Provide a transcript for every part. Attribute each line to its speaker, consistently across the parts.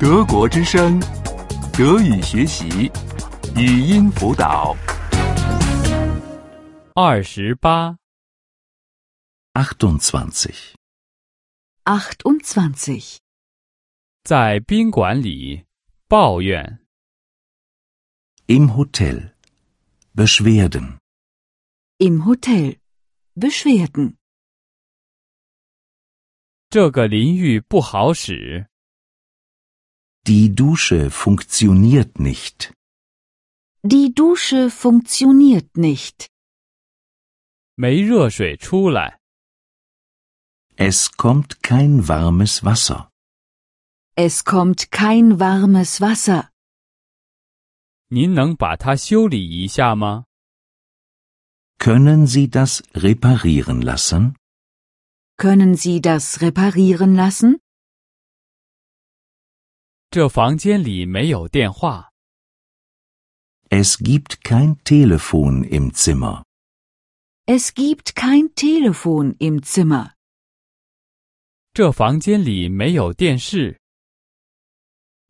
Speaker 1: 德国之声，德语学习，语音辅导。
Speaker 2: 二十八，
Speaker 3: 28.
Speaker 4: 28.
Speaker 2: 在宾馆里抱怨。
Speaker 3: Im Hotel. Beschwerden.
Speaker 4: Im Hotel. Beschwerden.
Speaker 2: 这个淋浴不好使，
Speaker 3: Die Dusche funktioniert nicht.
Speaker 4: Die Dusche funktioniert nicht.
Speaker 2: 没热水出来。
Speaker 3: Es kommt kein warmes Wasser.
Speaker 4: Es kommt kein warmes Wasser.
Speaker 2: 您能把它修理一下吗？
Speaker 3: Können Sie das reparieren lassen?
Speaker 4: Können Sie das reparieren lassen?
Speaker 2: 这房间里没有电话。
Speaker 3: Es gibt kein Telefon im Zimmer.
Speaker 4: Es gibt kein Telefon im Zimmer.
Speaker 2: 这房间里没有电视。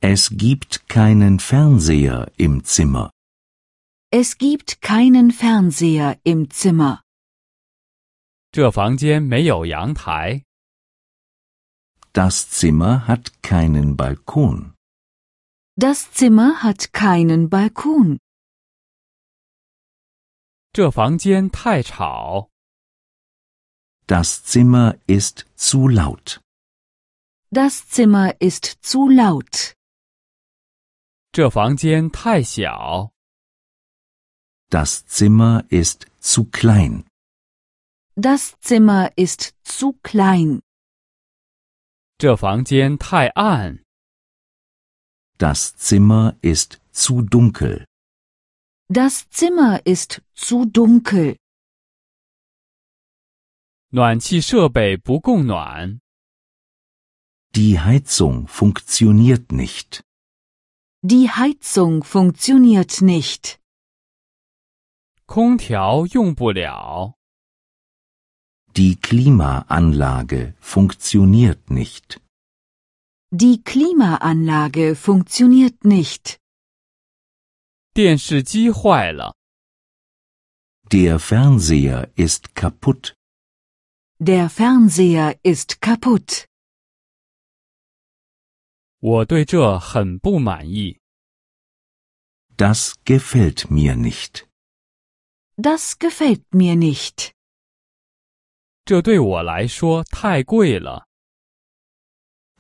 Speaker 3: Es gibt keinen Fernseher im Zimmer.
Speaker 4: Es gibt keinen Fernseher im Zimmer.
Speaker 2: 这房间没有阳台。
Speaker 3: Das Zimmer hat keinen Balkon.
Speaker 4: Das Zimmer hat keinen Balkon.
Speaker 2: 这房间太吵。
Speaker 3: Das Zimmer ist zu laut.
Speaker 4: Das Zimmer ist zu laut.
Speaker 2: 这房间太小。
Speaker 3: Das Zimmer ist zu klein.
Speaker 4: Das Zimmer ist zu klein.
Speaker 2: 这房间太暗。
Speaker 3: Das Zimmer ist zu dunkel.
Speaker 4: Das Zimmer ist zu dunkel.
Speaker 2: 暖气设备不供暖。
Speaker 3: Die Heizung funktioniert nicht.
Speaker 4: Die Heizung funktioniert nicht.
Speaker 2: 空调用不了。
Speaker 3: Die Klimaanlage funktioniert nicht.
Speaker 4: Die Klimaanlage funktioniert nicht.
Speaker 2: 电视机坏了。
Speaker 3: Der Fernseher ist kaputt.
Speaker 4: Der Fernseher ist kaputt.
Speaker 2: 我对这很不满意。
Speaker 3: Das gefällt mir nicht.
Speaker 4: Das gefällt mir nicht.
Speaker 2: 这对我来说太贵了。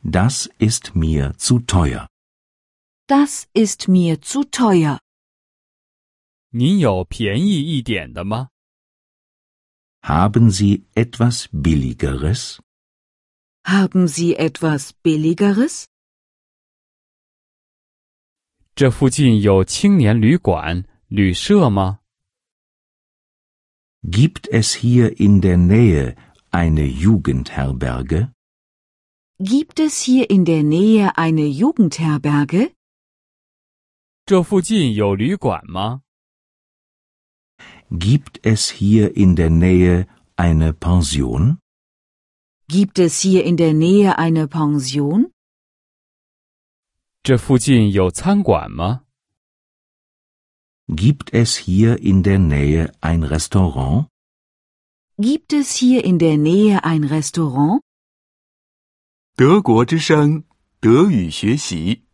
Speaker 3: Das ist mir zu teuer.
Speaker 4: Das ist mir zu teuer.
Speaker 2: 您有便宜一点的吗？
Speaker 3: Haben Sie etwas Billigeres?
Speaker 4: Haben Sie etwas Billigeres?
Speaker 2: 这附近有青年旅馆、旅社吗？
Speaker 3: Gibt es hier in der Nähe eine Jugendherberge?
Speaker 4: Gibt es hier in der Nähe eine Jugendherberge?
Speaker 2: 这附近有旅馆吗？
Speaker 3: Gibt es hier in der Nähe eine Pension?
Speaker 4: Gibt es hier in der Nähe eine Pension?
Speaker 2: 这附近有餐馆吗？
Speaker 3: Gibt es hier in der Nähe ein Restaurant?
Speaker 4: Gibt es hier in der Nähe ein Restaurant?
Speaker 1: 德国之声，德语学习，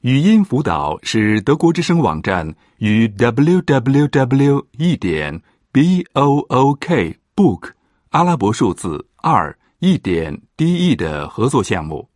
Speaker 1: 语音辅导是德国之声网站与 www. 一点 b o o k book 阿拉伯数字二一点 d e 的合作项目。